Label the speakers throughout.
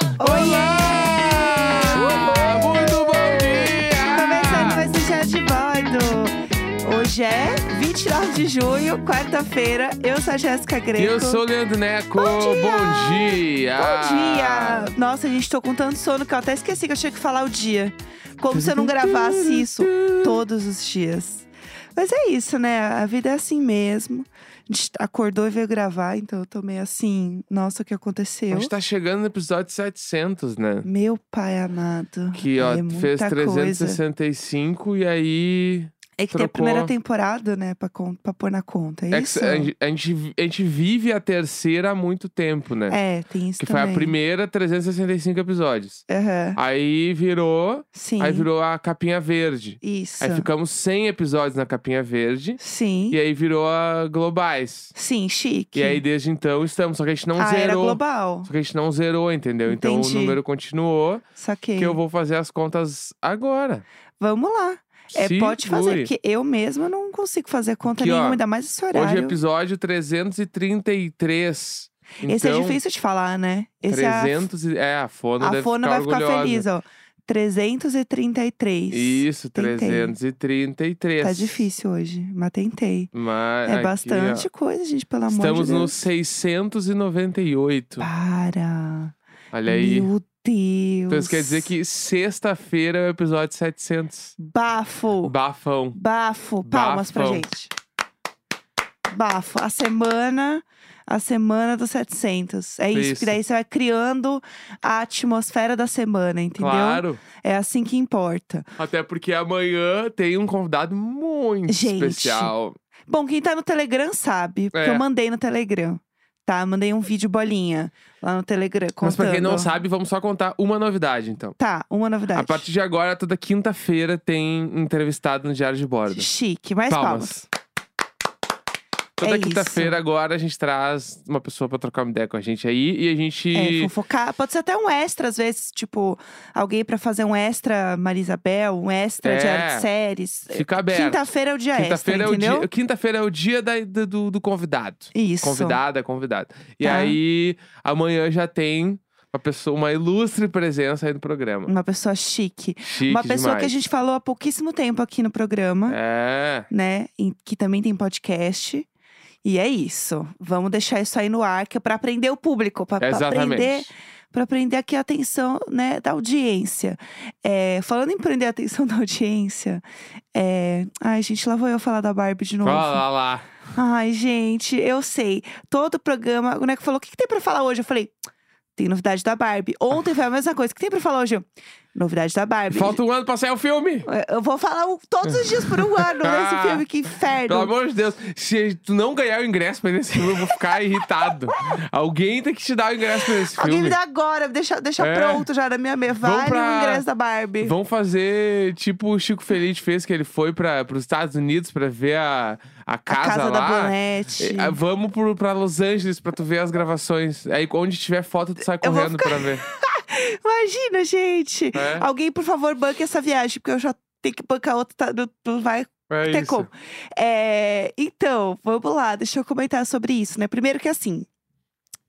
Speaker 1: um Hoje é 29 de junho, quarta-feira. Eu sou a Jéssica Greco.
Speaker 2: Eu sou o Leandro Neco.
Speaker 1: Bom dia!
Speaker 2: Bom dia!
Speaker 1: Bom dia! Nossa, gente, tô com tanto sono que eu até esqueci que eu tinha que falar o dia. Como se eu não gravasse isso todos os dias. Mas é isso, né? A vida é assim mesmo. A gente acordou e veio gravar, então eu tô meio assim, nossa, o que
Speaker 2: A
Speaker 1: aconteceu?
Speaker 2: gente tá chegando no episódio 700, né?
Speaker 1: Meu pai amado.
Speaker 2: Que ó,
Speaker 1: é muita
Speaker 2: fez
Speaker 1: Coisa.
Speaker 2: 365 e aí.
Speaker 1: É que tem a
Speaker 2: trocou.
Speaker 1: primeira temporada, né, pra, con- pra pôr na conta. É
Speaker 2: é que
Speaker 1: isso?
Speaker 2: a, gente- a gente, a gente vive a terceira há muito tempo, né?
Speaker 1: É, tem isso
Speaker 2: que
Speaker 1: também.
Speaker 2: foi a primeira 365 episódios.
Speaker 1: Aham,
Speaker 2: Aí virou.
Speaker 1: Sim.
Speaker 2: Aí virou a Capinha Verde.
Speaker 1: Isso.
Speaker 2: Aí ficamos 100 episódios na Capinha Verde.
Speaker 1: Sim.
Speaker 2: E aí virou a Globais.
Speaker 1: Sim, chique.
Speaker 2: E aí desde então estamos, só que a gente não
Speaker 1: ah, era
Speaker 2: zerou.
Speaker 1: global.
Speaker 2: Só que a gente não zerou, entendeu? Então
Speaker 1: Entendi.
Speaker 2: o número continuou,
Speaker 1: Saquei.
Speaker 2: que eu vou fazer as contas agora.
Speaker 1: Vamos lá. É,
Speaker 2: Se
Speaker 1: pode fazer,
Speaker 2: segure.
Speaker 1: porque eu mesma não consigo fazer conta
Speaker 2: Aqui, ó.
Speaker 1: nenhuma, ainda mais esse
Speaker 2: Hoje é
Speaker 1: horário.
Speaker 2: episódio 333. Então,
Speaker 1: esse é difícil de falar, né? Esse é a-
Speaker 2: 300 e- é, a Fona
Speaker 1: a
Speaker 2: deve
Speaker 1: Fona
Speaker 2: ficar
Speaker 1: vai ficar
Speaker 2: orgulhosa.
Speaker 1: feliz, ó. 333.
Speaker 2: Isso,
Speaker 1: Tentei.
Speaker 2: 333.
Speaker 1: Tá difícil hoje, mas tentei.
Speaker 2: Mas
Speaker 1: é
Speaker 2: aqui, ó,
Speaker 1: bastante coisa, gente, pelo amor
Speaker 2: Estamos
Speaker 1: de
Speaker 2: no
Speaker 1: Deus.
Speaker 2: 698.
Speaker 1: Para.
Speaker 2: Olha aí.
Speaker 1: Meu Deus.
Speaker 2: Então isso quer dizer que sexta-feira é o episódio 700.
Speaker 1: Bafo.
Speaker 2: Bafão.
Speaker 1: Bafo, palmas pra
Speaker 2: Bafão.
Speaker 1: gente. Bafo, a semana, a semana dos 700. É isso,
Speaker 2: Isso.
Speaker 1: que daí você vai criando a atmosfera da semana, entendeu?
Speaker 2: Claro.
Speaker 1: É assim que importa.
Speaker 2: Até porque amanhã tem um convidado muito
Speaker 1: Gente.
Speaker 2: especial.
Speaker 1: Bom, quem tá no Telegram sabe, porque
Speaker 2: É.
Speaker 1: eu mandei no Telegram, tá? Mandei um vídeo bolinha lá no Telegram contando.
Speaker 2: Mas pra quem não sabe, vamos só contar uma novidade, então.
Speaker 1: Tá, uma novidade.
Speaker 2: A partir de agora, toda quinta-feira tem entrevistado no Diário de Bordo.
Speaker 1: Chique, mais palmas.
Speaker 2: Toda
Speaker 1: É isso.
Speaker 2: quinta-feira agora a gente traz uma pessoa pra trocar uma ideia com a gente aí e a gente.
Speaker 1: É, fofocar. Pode ser até um extra, às vezes, tipo, alguém pra fazer um extra Marisabel, um extra
Speaker 2: É.
Speaker 1: diário de séries.
Speaker 2: Fica aberto.
Speaker 1: Quinta-feira é o dia
Speaker 2: Quinta-feira
Speaker 1: extra,
Speaker 2: é o
Speaker 1: entendeu?
Speaker 2: dia, quinta-feira é o dia da- do, do- do convidado.
Speaker 1: Isso.
Speaker 2: Convidada, convidado. E
Speaker 1: Tá.
Speaker 2: aí, amanhã já tem uma pessoa, uma ilustre presença aí no programa.
Speaker 1: Uma pessoa chique.
Speaker 2: Chique
Speaker 1: Uma pessoa que a
Speaker 2: demais.
Speaker 1: gente falou há pouquíssimo tempo aqui no programa,
Speaker 2: É.
Speaker 1: né? em- que também tem podcast. E é isso. Vamos deixar isso aí no ar, que é pra aprender o público, pra, pra aprender.
Speaker 2: Exatamente.
Speaker 1: Pra aprender aqui a atenção né, da audiência. É, falando em prender a atenção da audiência, é... ai, gente, lá vou eu falar da Barbie de novo.
Speaker 2: Olha lá, lá.
Speaker 1: Ai, gente, eu sei. Todo programa, o Neco falou: o que, que tem pra falar hoje? Eu falei: tem novidade da Barbie. Ontem foi a mesma coisa. O que tem pra falar hoje? Eu, Novidade da Barbie.
Speaker 2: Falta um ano pra sair o filme.
Speaker 1: Eu vou falar o- todos os dias por um ano nesse filme, que
Speaker 2: Pelo
Speaker 1: inferno.
Speaker 2: amor de Deus, se tu não ganhar o ingresso pra esse filme, eu vou ficar irritado. Alguém tem que te dar o ingresso pra esse
Speaker 1: Alguém me
Speaker 2: filme.
Speaker 1: dá agora, deixa, deixa
Speaker 2: É.
Speaker 1: pronto já na minha meia.
Speaker 2: Vamos
Speaker 1: Vale
Speaker 2: pra-
Speaker 1: o ingresso da Barbie.
Speaker 2: Vão fazer tipo o Chico Feliz fez, que ele foi para os Estados Unidos pra ver a, a
Speaker 1: A
Speaker 2: casa,
Speaker 1: casa da
Speaker 2: lá.
Speaker 1: Bonete.
Speaker 2: Eh, ah, Vamos pro, pra Los Angeles pra tu ver as gravações. Aí onde tiver foto, tu sai
Speaker 1: Eu vou
Speaker 2: correndo pra ver.
Speaker 1: Imagina, gente.
Speaker 2: É.
Speaker 1: Alguém, por favor, banque essa viagem, porque eu já tenho que bancar outra. tá? Não- não vai
Speaker 2: É
Speaker 1: Tem
Speaker 2: isso.
Speaker 1: como. É, então, vamos lá, deixa eu comentar sobre isso, né? Primeiro que assim,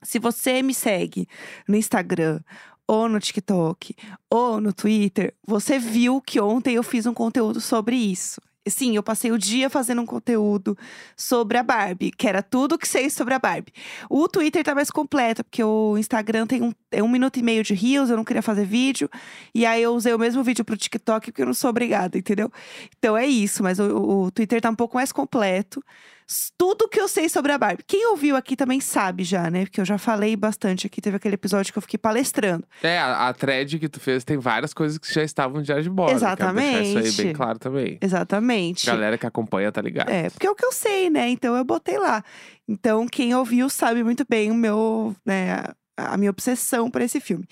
Speaker 1: se você me segue no Instagram ou no TikTok ou no Twitter, você viu que ontem eu fiz um conteúdo sobre isso. Sim, eu passei o dia fazendo um conteúdo sobre a Barbie, que era tudo que sei sobre a Barbie. O Twitter tá mais completo, porque o Instagram tem um, é um minuto e meio de reels, eu não queria fazer vídeo. E aí eu usei o mesmo vídeo pro TikTok, porque eu não sou obrigada, entendeu? Então é isso, mas o, o Twitter tá um pouco mais completo. S- Tudo que eu sei sobre a Barbie. Quem ouviu aqui também sabe já, né? Porque eu já falei bastante aqui. Teve aquele episódio que eu fiquei palestrando.
Speaker 2: É, a, a thread que tu fez tem várias coisas que já estavam no diário de bordo. Quero deixar isso aí bem
Speaker 1: Exatamente.
Speaker 2: claro também.
Speaker 1: Exatamente.
Speaker 2: Galera que acompanha, tá ligado?
Speaker 1: É, porque é o que eu sei, né? Então eu botei lá. Então quem ouviu sabe muito bem o meu, né, a minha obsessão por esse filme.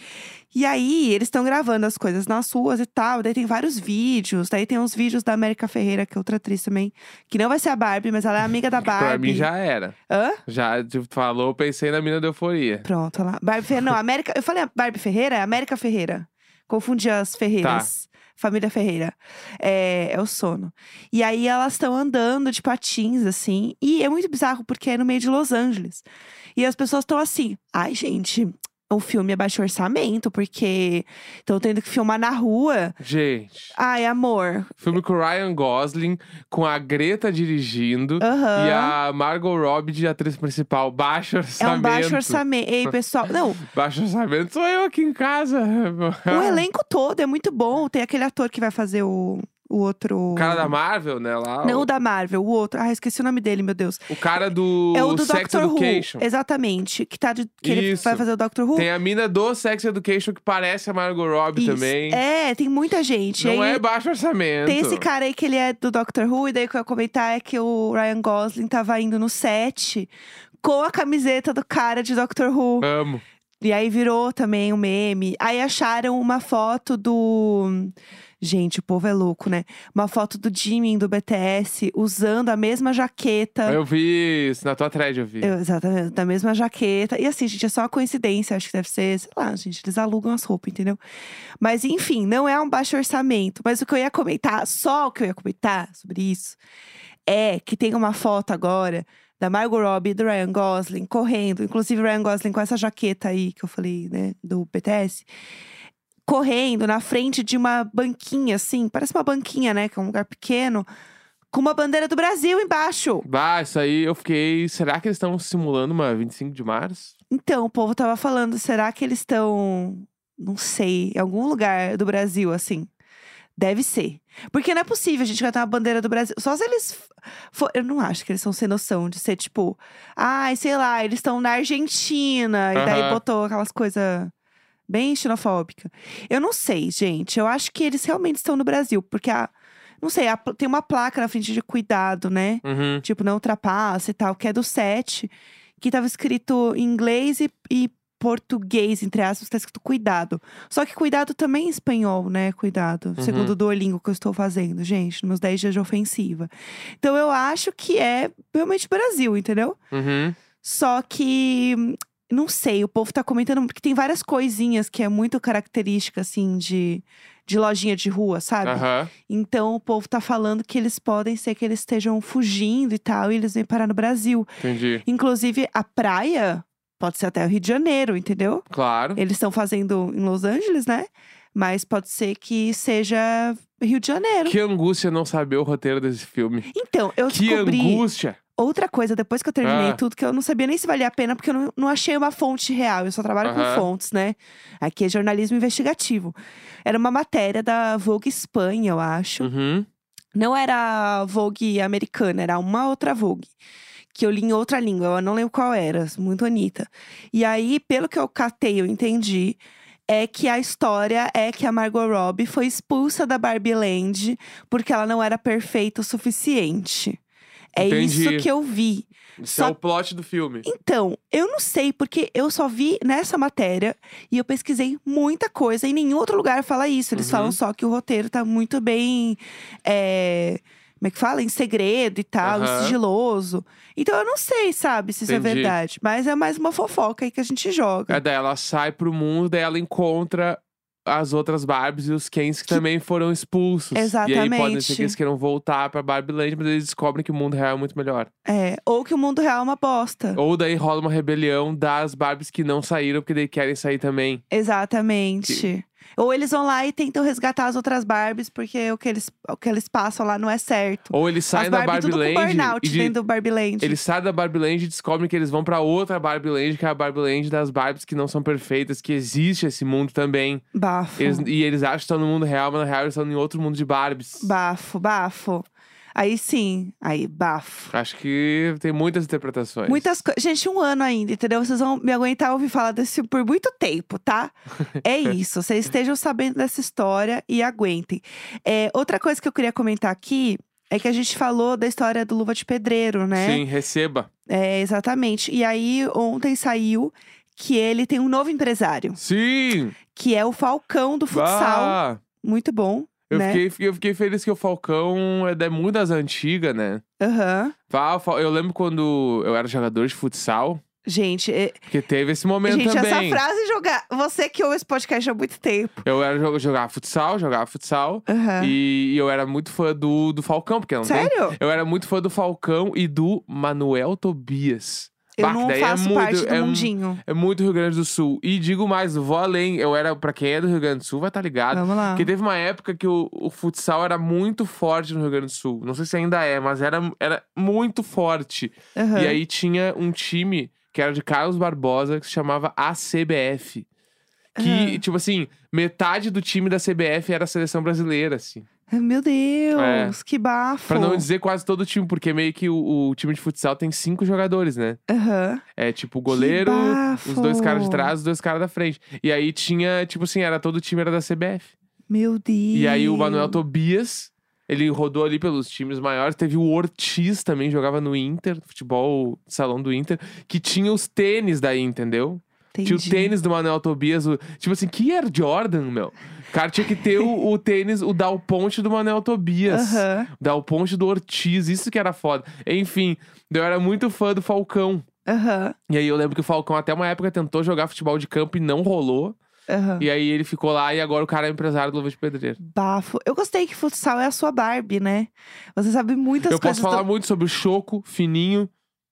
Speaker 1: E aí eles estão gravando as coisas nas ruas e tal, daí tem vários vídeos, daí tem uns vídeos da América Ferreira, que é outra atriz também, que não vai ser a Barbie, mas ela é amiga da
Speaker 2: Que
Speaker 1: Barbie.
Speaker 2: Pra mim já era.
Speaker 1: Hã?
Speaker 2: Já tipo, tu falou, eu pensei na mina da euforia.
Speaker 1: Pronto, olha lá. Barbie Ferreira. Não, América. Eu falei a Barbie Ferreira? É América Ferreira. Confundi as Ferreiras.
Speaker 2: Tá.
Speaker 1: Família Ferreira. É, é o sono. E aí elas estão andando de patins, assim. E é muito bizarro, porque é no meio de Los Angeles. E as pessoas estão assim. Ai, gente, o filme é baixo orçamento, porque estão tendo que filmar na rua.
Speaker 2: Gente,
Speaker 1: Ai, amor.
Speaker 2: filme com o Ryan Gosling, com a Greta dirigindo.
Speaker 1: Aham.
Speaker 2: E a Margot Robbie, de atriz principal, baixo
Speaker 1: É
Speaker 2: orçamento.
Speaker 1: um baixo orçamento. Ei, pessoal. Não,
Speaker 2: Baixo orçamento sou eu aqui em casa.
Speaker 1: o elenco todo é muito bom. Tem aquele ator que vai fazer o, o outro.
Speaker 2: O cara da Marvel, né? Lá,
Speaker 1: Não
Speaker 2: o,
Speaker 1: o da Marvel, o outro. Ah, esqueci o nome dele, meu Deus.
Speaker 2: o cara do,
Speaker 1: é o do
Speaker 2: Sex
Speaker 1: Doctor
Speaker 2: Education.
Speaker 1: Who. Exatamente. Que, tá de, que ele
Speaker 2: Isso.
Speaker 1: vai fazer o Doctor Who.
Speaker 2: Tem a mina do Sex Education que parece a Margot Robbie
Speaker 1: Isso.
Speaker 2: também.
Speaker 1: É, tem muita gente.
Speaker 2: Não
Speaker 1: Aí
Speaker 2: é baixo orçamento.
Speaker 1: Tem esse cara aí que ele é do Doctor Who, e daí o que eu ia comentar é que o Ryan Gosling tava indo no set com a camiseta do cara de Doctor Who.
Speaker 2: Amo.
Speaker 1: E aí virou também um meme. Aí acharam uma foto do. Gente, o povo é louco, né? Uma foto do Jimin do BTS usando a mesma jaqueta.
Speaker 2: Eu vi isso na tua thread, eu vi.
Speaker 1: É. Eu- exatamente, da mesma jaqueta. E assim, gente, é só uma coincidência. Acho que deve ser, sei lá, gente, eles alugam as roupas, entendeu? Mas enfim, não é um baixo orçamento. Mas o que eu ia comentar, só o que eu ia comentar sobre isso, é que tem uma foto agora da Margot Robbie e do Ryan Gosling correndo. Inclusive, o Ryan Gosling com essa jaqueta aí que eu falei, né, do BTS. Correndo na frente de uma banquinha, assim. Parece uma banquinha, né, que é um lugar pequeno. Com uma bandeira do Brasil embaixo.
Speaker 2: Bah, isso aí eu fiquei. Será que eles estão simulando uma 25 de março?
Speaker 1: Então, o povo tava falando, será que eles estão, não sei, em algum lugar do Brasil, assim? Deve ser. Porque não é possível a gente cantar uma bandeira do Brasil. Só se eles. f- for- Eu não acho que eles são sem noção de ser tipo. Ai, sei lá, eles estão na Argentina. E daí
Speaker 2: Aham.
Speaker 1: botou aquelas coisas bem xenofóbicas. Eu não sei, gente. Eu acho que eles realmente estão no Brasil. Porque a. Não sei, a pl- tem uma placa na frente de cuidado, né?
Speaker 2: Uhum.
Speaker 1: tipo, não ultrapassa e tal, que é do 7, que tava escrito em inglês e, e português, entre aspas, tá escrito cuidado. Só que cuidado também em espanhol, né? Cuidado.
Speaker 2: Uhum.
Speaker 1: Segundo o Duolingo que eu estou fazendo, gente, nos 10 dias de ofensiva. Então eu acho que é realmente Brasil, entendeu?
Speaker 2: Uhum.
Speaker 1: Só que. hum, Não sei, o povo tá comentando, porque tem várias coisinhas que é muito característica, assim, de, de lojinha de rua, sabe?
Speaker 2: Aham.
Speaker 1: Então o povo tá falando que eles podem ser que eles estejam fugindo e tal, e eles vêm parar no Brasil.
Speaker 2: Entendi.
Speaker 1: Inclusive, a praia pode ser até o Rio de Janeiro, entendeu?
Speaker 2: Claro.
Speaker 1: Eles estão fazendo em Los Angeles, né? Mas pode ser que seja Rio de Janeiro.
Speaker 2: Que angústia não saber o roteiro desse filme.
Speaker 1: Então, eu
Speaker 2: Que
Speaker 1: descobri
Speaker 2: angústia!
Speaker 1: outra coisa depois que eu terminei
Speaker 2: Ah.
Speaker 1: tudo, que eu não sabia nem se valia a pena, porque eu não, não achei uma fonte real. Eu só trabalho
Speaker 2: Aham.
Speaker 1: com fontes, né? Aqui é jornalismo investigativo. Era uma matéria da Vogue Espanha, eu acho.
Speaker 2: Uhum.
Speaker 1: Não era a Vogue americana, era uma outra Vogue. Que eu li em outra língua, eu não lembro qual era, muito Anitta. E aí, pelo que eu catei, eu entendi, é que a história é que a Margot Robbie foi expulsa da Barbie Land porque ela não era perfeita o suficiente. É isso
Speaker 2: Entendi.
Speaker 1: que eu vi.
Speaker 2: Esse
Speaker 1: Só-
Speaker 2: é o plot do filme.
Speaker 1: Então, eu não sei, porque eu só vi nessa matéria e eu pesquisei muita coisa. Em nenhum outro lugar fala isso. Eles
Speaker 2: Uhum.
Speaker 1: falam só que o roteiro tá muito bem. é, Como é que fala? Em segredo e tal,
Speaker 2: Aham.
Speaker 1: sigiloso. Então eu não sei, sabe, se isso é
Speaker 2: Entendi.
Speaker 1: verdade. Mas é mais uma fofoca aí que a gente joga.
Speaker 2: É, daí ela sai pro mundo, daí ela encontra as outras Barbies e os Kens que, também foram expulsos. E aí podem ser
Speaker 1: Exatamente.
Speaker 2: que eles queiram voltar pra Barbie Land, mas eles descobrem que o mundo real é muito melhor.
Speaker 1: É, Ou que o mundo real é uma bosta.
Speaker 2: Ou daí rola uma rebelião das Barbies que não saíram, porque daí querem sair também.
Speaker 1: Exatamente. Ou eles vão lá e tentam resgatar as outras Barbies, porque o que eles, o que eles passam lá não é certo.
Speaker 2: Ou eles saem
Speaker 1: as
Speaker 2: da
Speaker 1: Barbie,
Speaker 2: Barbie
Speaker 1: tudo com
Speaker 2: Land.
Speaker 1: burnout
Speaker 2: e de-
Speaker 1: dentro do Barbie Land.
Speaker 2: Eles saem da Barbie Land e descobrem que eles vão pra outra Barbie Land, que é a Barbie Land das Barbies que não são perfeitas, que existe esse mundo também.
Speaker 1: Bafo.
Speaker 2: Eles- e eles acham que estão no mundo real, mas na real eles estão em outro mundo de Barbies.
Speaker 1: Bafo, bafo. Aí sim, aí bafo.
Speaker 2: Acho que tem muitas interpretações.
Speaker 1: Muitas coisas. Gente, um ano ainda, entendeu? Vocês vão me aguentar ouvir falar desse filme por muito tempo, tá? É isso. Vocês estejam sabendo dessa história e aguentem. É, outra coisa que eu queria comentar aqui é que a gente falou da história do Luva de Pedreiro, né?
Speaker 2: Sim, receba.
Speaker 1: É, exatamente. E aí, ontem saiu que ele tem um novo empresário,
Speaker 2: Sim!
Speaker 1: que é o Falcão do Futsal.
Speaker 2: Bah!
Speaker 1: Muito bom,
Speaker 2: eu,
Speaker 1: né?
Speaker 2: fiquei, eu fiquei feliz que o Falcão é da- muito das antigas, né?
Speaker 1: Aham.
Speaker 2: Bah, o Fal- Eu lembro quando eu era jogador de futsal,
Speaker 1: Gente, é-
Speaker 2: porque teve esse momento
Speaker 1: Gente,
Speaker 2: também.
Speaker 1: essa frase jogar. Você que ouve esse podcast há muito tempo.
Speaker 2: Eu era jo- jogava futsal, jogava futsal.
Speaker 1: Aham.
Speaker 2: E, e eu era muito fã do, do Falcão, porque não tem.
Speaker 1: Sério?
Speaker 2: Eu era muito fã do Falcão e do Manuel Tobias.
Speaker 1: Eu
Speaker 2: Bah, que
Speaker 1: não
Speaker 2: daí é
Speaker 1: faço
Speaker 2: muito-
Speaker 1: parte do
Speaker 2: é mu-
Speaker 1: mundinho.
Speaker 2: É muito Rio Grande do Sul. E digo mais, vou além. Eu era, pra quem é do Rio Grande do Sul, vai estar ligado.
Speaker 1: Vamos lá.
Speaker 2: Porque teve uma época que o, o futsal era muito forte no Rio Grande do Sul. Não sei se ainda é, mas era, era muito forte.
Speaker 1: Aham.
Speaker 2: E aí tinha um time que era de Carlos Barbosa, que se chamava ACBF. Que,
Speaker 1: Aham.
Speaker 2: tipo assim, metade do time da CBF era a seleção brasileira, assim.
Speaker 1: Ai, Ah, Meu Deus, que bafo.
Speaker 2: É. Pra não dizer quase todo o time, porque meio que o, o time de futsal tem cinco jogadores, né?
Speaker 1: Aham.
Speaker 2: É tipo o
Speaker 1: Que
Speaker 2: goleiro, os dois caras de
Speaker 1: bafo.
Speaker 2: trás, os dois caras da frente. E aí tinha, tipo assim, era todo o time era da CBF.
Speaker 1: Meu Deus.
Speaker 2: E aí o Manuel Tobias, ele rodou ali pelos times maiores. Teve o Ortiz também, jogava no Inter, futebol, salão do Inter, que tinha os tênis daí, entendeu?
Speaker 1: Entendi.
Speaker 2: Tinha o tênis do Manuel Tobias, o- tipo assim, que Air Jordan, meu. O cara tinha que ter o, o tênis, o Dal Ponte do Manuel Tobias.
Speaker 1: Aham,
Speaker 2: Dal Ponte do Ortiz, isso que era foda. Enfim, eu era muito fã do Falcão.
Speaker 1: aham,
Speaker 2: E aí eu lembro que o Falcão até uma época tentou jogar futebol de campo e não rolou.
Speaker 1: aham.
Speaker 2: E aí ele ficou lá e agora o cara é empresário do Luva de Pedreiro.
Speaker 1: Bafo. Eu gostei que futsal é a sua Barbie, né? Você sabe muitas
Speaker 2: eu
Speaker 1: coisas.
Speaker 2: posso falar
Speaker 1: do-
Speaker 2: muito sobre o Choco, Fininho,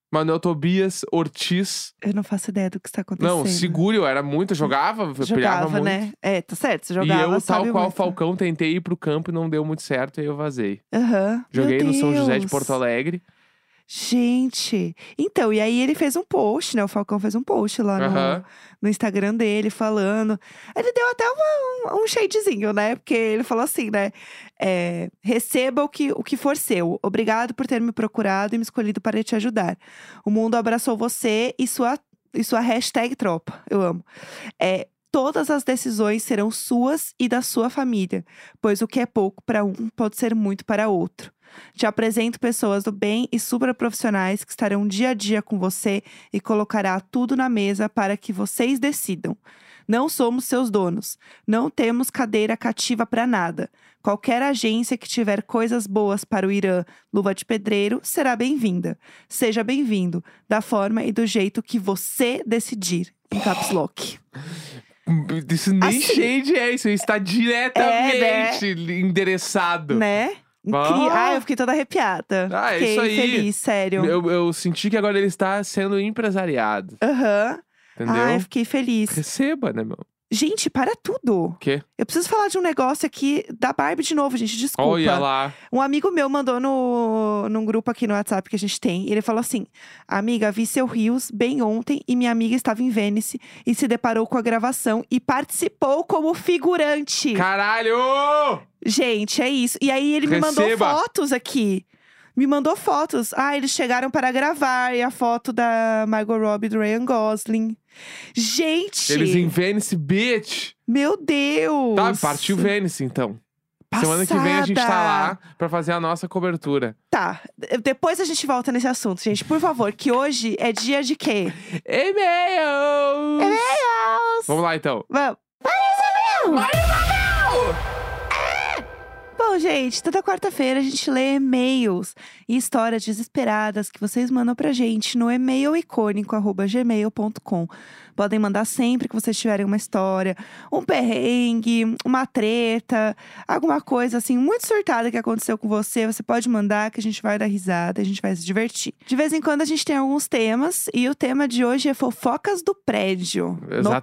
Speaker 2: Manuel Tobias, Ortiz.
Speaker 1: Eu não faço ideia do que está acontecendo.
Speaker 2: Não, segure, eu era muito, eu jogava, eu pilhava
Speaker 1: Jogava,
Speaker 2: muito.
Speaker 1: né? É, tá certo, você
Speaker 2: e
Speaker 1: jogava.
Speaker 2: eu,
Speaker 1: sabe
Speaker 2: tal qual o
Speaker 1: muito.
Speaker 2: Falcão, tentei ir pro campo e não deu muito certo, e aí eu vazei.
Speaker 1: Aham. Meu
Speaker 2: Joguei no São José de
Speaker 1: Deus.
Speaker 2: Porto Alegre.
Speaker 1: Gente, então, e aí ele fez um post, né? O Falcão fez um post lá no,
Speaker 2: Aham.
Speaker 1: no Instagram dele, falando. Ele deu até uma- um, um shadezinho, né? Porque ele falou assim, né? é, Receba o que, o que for seu. Obrigado por ter me procurado e me escolhido para te ajudar. O mundo abraçou você e sua, e sua hashtag tropa. Eu amo. É, todas as decisões serão suas e da sua família, pois o que é pouco para um pode ser muito para outro. Te apresento pessoas do bem e super profissionais que estarão dia a dia com você e colocará tudo na mesa para que vocês decidam. Não somos seus donos. Não temos cadeira cativa para nada. Qualquer agência que tiver coisas boas para o Irã, luva de pedreiro, será bem-vinda. Seja bem-vindo, da forma e do jeito que você decidir. Em caps lock.
Speaker 2: Isso nem
Speaker 1: Assim- É,
Speaker 2: shade é isso, está diretamente endereçado.
Speaker 1: Né?
Speaker 2: Bah!
Speaker 1: Incri- Ah, eu fiquei toda arrepiada.
Speaker 2: Ah, é
Speaker 1: fiquei
Speaker 2: isso aí.
Speaker 1: feliz, sério.
Speaker 2: Eu, eu senti que agora ele está sendo empresariado,
Speaker 1: Aham.
Speaker 2: entendeu?
Speaker 1: Ai, fiquei feliz.
Speaker 2: Receba, né, meu?
Speaker 1: Gente, para tudo.
Speaker 2: Quê?
Speaker 1: Eu preciso falar de um negócio aqui da Barbie de novo, gente. Desculpa.
Speaker 2: Olha lá.
Speaker 1: Um amigo meu mandou no, num grupo aqui no WhatsApp que a gente tem. E ele falou assim: Amiga, vi seu Rios bem ontem e minha amiga estava em Vênice e se deparou com a gravação e participou como figurante.
Speaker 2: Caralho!
Speaker 1: Gente, é isso. E aí ele me mandou
Speaker 2: Receba.
Speaker 1: fotos aqui. Me mandou fotos. Ah, eles chegaram para gravar. E a foto da Margot Robbie e do Ryan Gosling. Gente!
Speaker 2: Eles em Vênice, bitch!
Speaker 1: Meu Deus!
Speaker 2: Tá, partiu Vênice, então.
Speaker 1: Passada.
Speaker 2: Semana que vem a gente tá lá pra fazer a nossa cobertura.
Speaker 1: Tá, de- depois a gente volta nesse assunto, gente. Por favor, que hoje é dia de quê?
Speaker 2: E-mails! Vamos lá, então.
Speaker 1: Vamos. Bom, gente, toda quarta-feira a gente lê e-mails e histórias desesperadas que vocês mandam pra gente no e-mail icônico.gmail.com. Podem mandar sempre que vocês tiverem uma história, um perrengue, uma treta, alguma coisa assim, muito surtada que aconteceu com você. Você pode mandar que a gente vai dar risada, a gente vai se divertir. De vez em quando a gente tem alguns temas e o tema de hoje é fofocas do prédio.
Speaker 2: Exatamente.
Speaker 1: No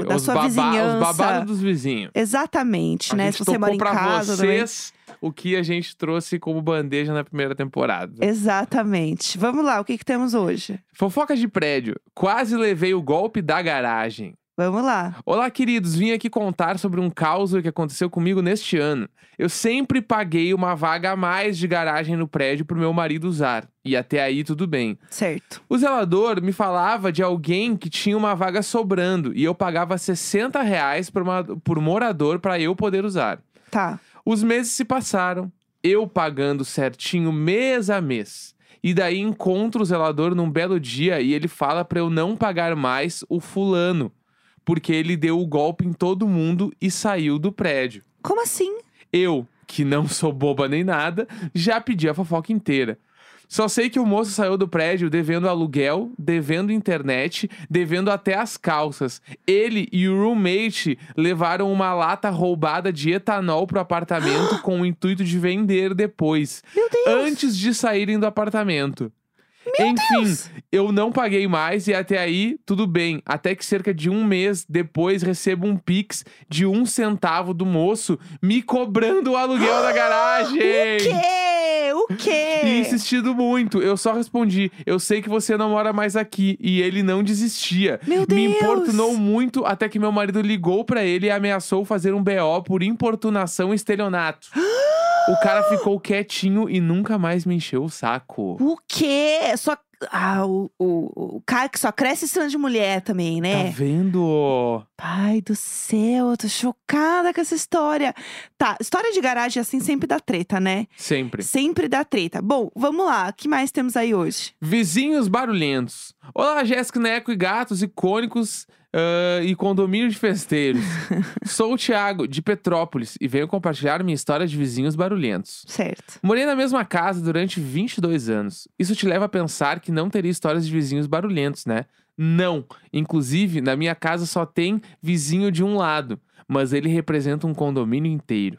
Speaker 1: prédio, da
Speaker 2: os,
Speaker 1: sua
Speaker 2: babá-
Speaker 1: vizinhança.
Speaker 2: os babados dos vizinhos.
Speaker 1: Exatamente,
Speaker 2: a
Speaker 1: né?
Speaker 2: gente
Speaker 1: Se você
Speaker 2: tocou
Speaker 1: mora em
Speaker 2: pra
Speaker 1: casa. também.
Speaker 2: vocês o que a gente trouxe como bandeja na primeira temporada.
Speaker 1: É. Exatamente. Vamos lá, o que, que temos hoje?
Speaker 2: Fofocas de prédio. Quase levei o golpe da garagem.
Speaker 1: Vamos lá.
Speaker 2: Olá, queridos. Vim aqui contar sobre um caos que aconteceu comigo neste ano. Eu sempre paguei uma vaga a mais de garagem no prédio pro meu marido usar. E até aí tudo bem.
Speaker 1: Certo.
Speaker 2: O zelador me falava de alguém que tinha uma vaga sobrando e eu pagava R$ 60 reais por, uma- por morador para eu poder usar.
Speaker 1: Tá.
Speaker 2: Os meses se passaram, eu pagando certinho mês a mês. E daí encontro o zelador num belo dia e ele fala pra eu não pagar mais o fulano, porque ele deu o golpe em todo mundo e saiu do prédio.
Speaker 1: Como assim?
Speaker 2: Eu, que não sou boba nem nada, já pedi a fofoca inteira. Só sei que o moço saiu do prédio devendo aluguel, devendo internet, devendo até as calças. Ele e o roommate levaram uma lata roubada de etanol pro apartamento com o intuito de vender depois,
Speaker 1: Meu Deus!
Speaker 2: antes de saírem do apartamento. Enfim, eu não paguei mais e até aí tudo bem. Até que cerca de um mês depois recebo um pix de um centavo do moço me cobrando o aluguel da garagem.
Speaker 1: quê? O
Speaker 2: E
Speaker 1: quê?
Speaker 2: insistido muito. Eu só respondi: Eu sei que você não mora mais aqui. E ele não desistia.
Speaker 1: Meu Deus!
Speaker 2: Me importunou muito até que meu marido ligou pra ele e ameaçou fazer um BO por importunação e estelionato. o cara ficou quietinho e nunca mais me encheu o saco.
Speaker 1: O quê? Só... Ah, o, o, o cara que só cresce em cima de mulher também,
Speaker 2: Tá
Speaker 1: né?
Speaker 2: vendo?
Speaker 1: Pai do céu, eu tô chocada com essa história. Tá, história de garagem assim sempre dá treta, né?
Speaker 2: Sempre.
Speaker 1: Sempre dá treta. Bom, vamos lá. O que mais temos aí hoje?
Speaker 2: Vizinhos barulhentos. Olá, Jéssica Neco e gatos icônicos ah, e condomínio de festeiros. Sou o Thiago, de Petrópolis, e venho compartilhar minha história de vizinhos barulhentos.
Speaker 1: Certo.
Speaker 2: Morei na mesma casa durante 22 anos. Isso te leva a pensar que não teria histórias de vizinhos barulhentos, né? Não. Inclusive, na minha casa só tem vizinho de um lado, mas ele representa um condomínio inteiro.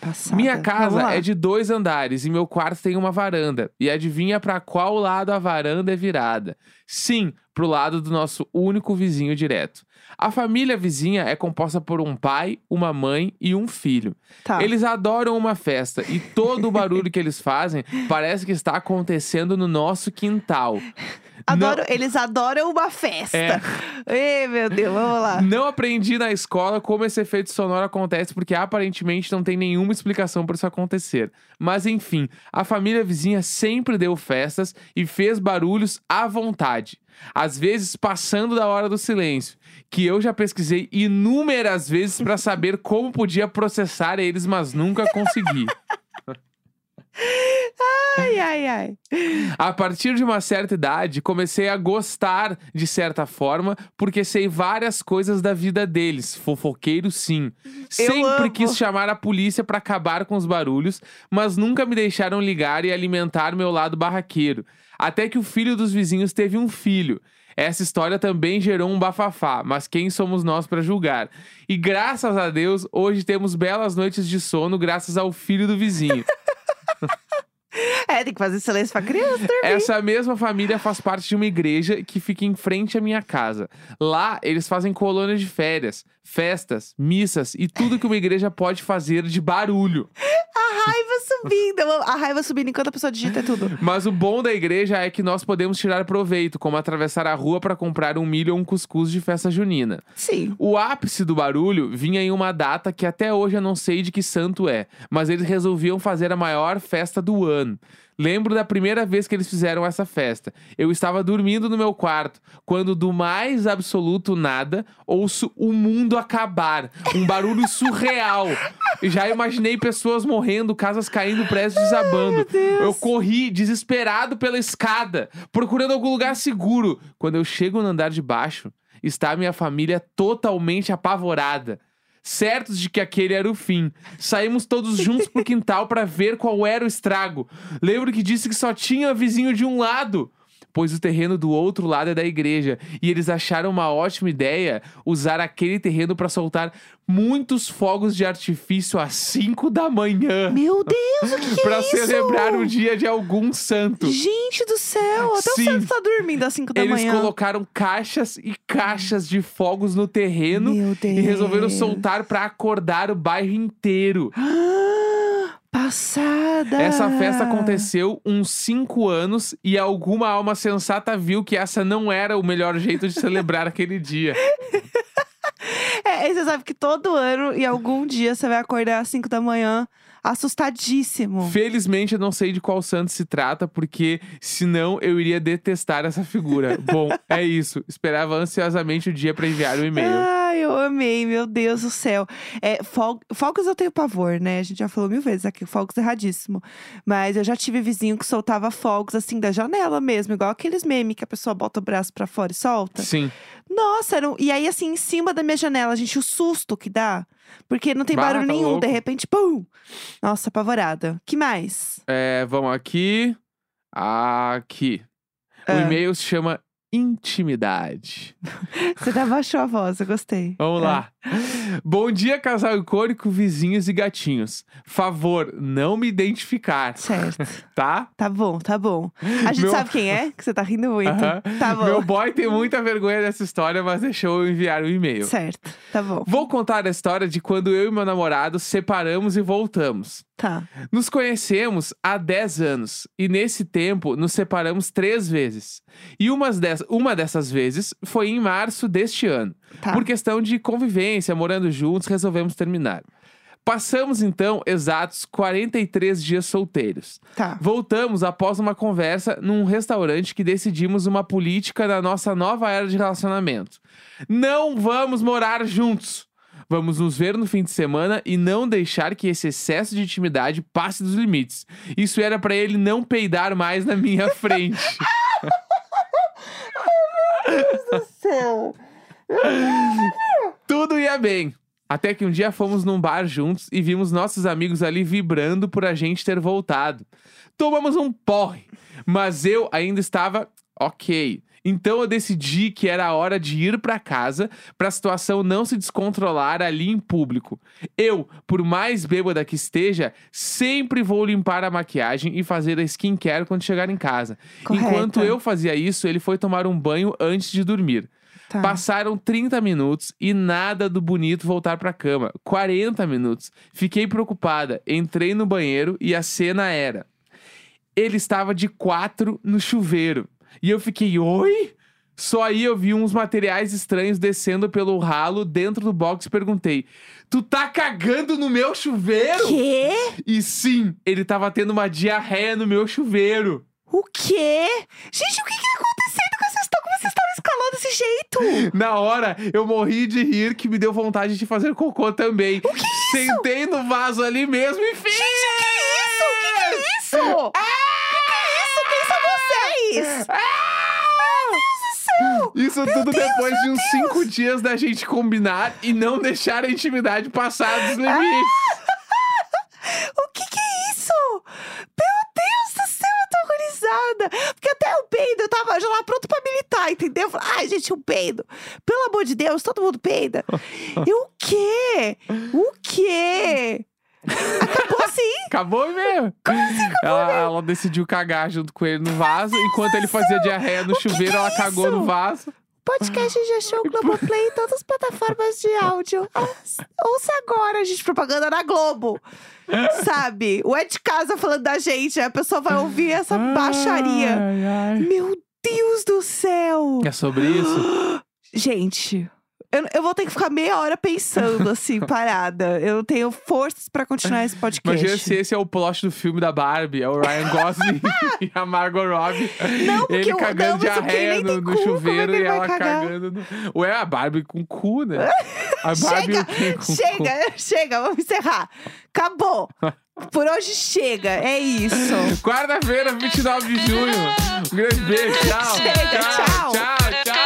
Speaker 1: Passada.
Speaker 2: Minha
Speaker 1: Vamos
Speaker 2: casa
Speaker 1: lá.
Speaker 2: é de dois andares e meu quarto tem uma varanda. E adivinha pra qual lado a varanda é virada? Sim, pro lado do nosso único vizinho direto. A família vizinha é composta por um pai, uma mãe e um filho.
Speaker 1: Tá.
Speaker 2: Eles adoram uma festa e todo o barulho que eles fazem parece que está acontecendo no nosso quintal.
Speaker 1: Adoro- Eles adoram uma festa.
Speaker 2: É.
Speaker 1: Ei, meu Deus, vamos lá.
Speaker 2: Não aprendi na escola como esse efeito sonoro acontece, porque aparentemente não tem nenhuma explicação para isso acontecer. Mas enfim, a família vizinha sempre deu festas e fez barulhos à vontade. Às vezes passando da hora do silêncio, que eu já pesquisei inúmeras vezes para saber como podia processar eles, mas nunca consegui.
Speaker 1: Ai, ai, ai.
Speaker 2: A partir de uma certa idade, comecei a gostar de certa forma, porque sei várias coisas da vida deles. Fofoqueiro, sim. Sempre
Speaker 1: amo.
Speaker 2: quis chamar a polícia pra acabar com os barulhos, mas nunca me deixaram ligar e alimentar meu lado barraqueiro. Até que o filho dos vizinhos teve um filho. Essa história também gerou um bafafá, mas quem somos nós pra julgar? E graças a Deus, hoje temos belas noites de sono graças ao filho do vizinho.
Speaker 1: É, tem que fazer silêncio pra criança.
Speaker 2: Essa mesma família faz parte de uma igreja que fica em frente à minha casa. Lá, eles fazem colônias de férias, festas, missas e tudo que uma igreja pode fazer de barulho.
Speaker 1: A raiva subindo. eu amo- A raiva subindo enquanto a pessoa digita tudo.
Speaker 2: Mas o bom da igreja é que nós podemos tirar proveito, como atravessar a rua para comprar um milho ou um cuscuz de festa junina.
Speaker 1: Sim.
Speaker 2: O ápice do barulho vinha em uma data que até hoje eu não sei de que santo é, mas eles resolviam fazer a maior festa do ano. Lembro da primeira vez que eles fizeram essa festa. Eu estava dormindo no meu quarto, quando do mais absoluto nada, ouço o mundo acabar. Um barulho surreal. E Já imaginei pessoas morrendo, casas caindo, prédios desabando. Eu corri desesperado pela escada, procurando algum lugar seguro. Quando eu chego no andar de baixo, está a minha família totalmente apavorada. Certos de que aquele era o fim. Saímos todos juntos pro quintal para ver qual era o estrago. Lembro que disse que só tinha vizinho de um lado, pois o terreno do outro lado é da igreja. E eles acharam uma ótima ideia usar aquele terreno para soltar muitos fogos de artifício às 5 da manhã.
Speaker 1: Meu Deus, o que, que é
Speaker 2: Pra
Speaker 1: isso?
Speaker 2: celebrar o dia de algum santo.
Speaker 1: Gente do céu, até
Speaker 2: Sim.
Speaker 1: o Santos tá dormindo às 5 da
Speaker 2: Eles
Speaker 1: manhã.
Speaker 2: colocaram caixas e caixas de fogos no terreno
Speaker 1: Meu Deus.
Speaker 2: e resolveram soltar pra acordar o bairro inteiro.
Speaker 1: Ah, Passada!
Speaker 2: Essa festa aconteceu uns cinco anos e alguma alma sensata viu que essa não era o melhor jeito de celebrar aquele dia.
Speaker 1: É, e você sabe que todo ano, e algum dia, você vai acordar às 5 da manhã assustadíssimo.
Speaker 2: Felizmente eu não sei de qual santo se trata, porque senão eu iria detestar essa figura. Bom, é isso. Esperava ansiosamente o dia pra enviar o e-mail.
Speaker 1: Ai, eu amei, meu Deus do céu. É, fol- Fogos eu tenho pavor, né? A gente já falou mil vezes aqui, fogos é erradíssimo. Mas eu já tive vizinho que soltava fogos assim da janela mesmo, igual aqueles memes que a pessoa bota o braço pra fora e solta.
Speaker 2: Sim.
Speaker 1: Nossa, era um- e aí assim, em cima da minha janela, gente, o susto que dá. Porque não tem
Speaker 2: Bah,
Speaker 1: barulho
Speaker 2: tá
Speaker 1: nenhum,
Speaker 2: louco.
Speaker 1: de repente, pum! Nossa, apavorada. Que mais?
Speaker 2: É, vamos aqui. Aqui. O
Speaker 1: Ah.
Speaker 2: e-mail se chama intimidade.
Speaker 1: Você até baixou a voz, eu gostei.
Speaker 2: Vamos lá.
Speaker 1: É.
Speaker 2: Bom dia, casal icônico, vizinhos e gatinhos. Favor, não me identificar,
Speaker 1: É, Certo.
Speaker 2: tá?
Speaker 1: Tá bom, tá bom. A gente
Speaker 2: Meu-
Speaker 1: sabe quem é, que você tá rindo muito.
Speaker 2: Aham.
Speaker 1: Tá bom.
Speaker 2: Meu boy tem muita vergonha dessa história, mas deixou eu enviar o e-mail.
Speaker 1: Certo, tá bom.
Speaker 2: Vou contar a história de quando eu e meu namorado separamos e voltamos.
Speaker 1: Tá.
Speaker 2: Nos conhecemos há 10 anos e nesse tempo nos separamos três vezes. E umas dess- uma dessas vezes foi em março deste ano.
Speaker 1: Tá.
Speaker 2: Por questão de convivência, morando juntos, resolvemos terminar. Passamos então exatos 43 dias solteiros.
Speaker 1: Tá.
Speaker 2: Voltamos após uma conversa num restaurante que decidimos uma política da nossa nova era de relacionamento. Não vamos morar juntos. Vamos nos ver no fim de semana e não deixar que esse excesso de intimidade passe dos limites. Isso era pra ele não peidar mais na minha frente. Tudo ia bem. Até que um dia fomos num bar juntos e vimos nossos amigos ali vibrando por a gente ter voltado. Tomamos um porre, mas eu ainda estava ok. Então eu decidi que era a hora de ir pra casa pra a situação não se descontrolar ali em público. Eu, por mais bêbada que esteja, sempre vou limpar a maquiagem e fazer a skincare quando chegar em casa.
Speaker 1: Correta.
Speaker 2: Enquanto eu fazia isso, ele foi tomar um banho antes de dormir.
Speaker 1: Tá.
Speaker 2: Passaram 30 minutos e nada do bonito voltar pra cama. 40 minutos. Fiquei preocupada. Entrei no banheiro e a cena era. Ele estava de quatro no chuveiro. E eu fiquei, oi? Só aí eu vi uns materiais estranhos descendo pelo ralo dentro do box e perguntei: Tu tá cagando no meu chuveiro?
Speaker 1: Quê?
Speaker 2: E sim, ele tava tendo uma diarreia no meu chuveiro.
Speaker 1: O quê? Gente, o que que tá acontecendo com essa história? Como vocês estavam escalando desse jeito?
Speaker 2: Na hora, eu morri de rir que me deu vontade de fazer cocô também.
Speaker 1: O que é isso?
Speaker 2: Sentei no vaso ali mesmo e fiz.
Speaker 1: Gente, o que é isso? O que que é isso? O que que é isso? Quem são
Speaker 2: É!
Speaker 1: vocês? Meu Deus do céu!
Speaker 2: Isso tudo
Speaker 1: Deus,
Speaker 2: depois de
Speaker 1: meu
Speaker 2: uns
Speaker 1: Deus.
Speaker 2: cinco dias da gente combinar e não deixar a intimidade passar dos limites.
Speaker 1: O que que é isso? Meu Deus do céu, eu tô horrorizada. Porque até o peido, eu tava já lá pronto pra militar, entendeu? Eu falei, Ai, gente, o peido. Pelo amor de Deus, todo mundo peida. E o quê? O quê? Acabou assim?
Speaker 2: Acabou mesmo. ela, ela decidiu cagar junto com ele no vaso. Enquanto ele fazia diarreia no
Speaker 1: O que que
Speaker 2: chuveiro,
Speaker 1: é
Speaker 2: ela
Speaker 1: isso?
Speaker 2: cagou no vaso.
Speaker 1: Podcast de Show, Globoplay, em todas as plataformas de áudio. Ouça agora, gente, propaganda na Globo. Sabe? O é de casa falando da gente, aí a pessoa vai ouvir essa
Speaker 2: Ah.
Speaker 1: baixaria.
Speaker 2: Ai, ai.
Speaker 1: Meu Deus do céu!
Speaker 2: É sobre isso?
Speaker 1: Gente, eu, eu vou ter que ficar meia hora pensando, assim, parada. Eu não tenho forças pra continuar esse podcast.
Speaker 2: Imagina se esse é o plot do filme da Barbie. É o Ryan Gosling e a Margot Robbie.
Speaker 1: Não, porque
Speaker 2: ele
Speaker 1: eu-
Speaker 2: cagando
Speaker 1: não, mas o que
Speaker 2: diarreia
Speaker 1: nem tem
Speaker 2: no, no
Speaker 1: cu, como é que
Speaker 2: chuveiro
Speaker 1: ele
Speaker 2: e
Speaker 1: vai
Speaker 2: ela
Speaker 1: cagar?
Speaker 2: cagando no... Ué, a Barbie com cu, né? A Barbie
Speaker 1: Chega,
Speaker 2: o quê? com cu.
Speaker 1: Chega, chega, vamos encerrar. Acabou. Por hoje chega, é isso.
Speaker 2: Quarta-feira, 29 de junho. Um grande beijo. Tchau.
Speaker 1: Chega, tchau.
Speaker 2: tchau, tchau. tchau.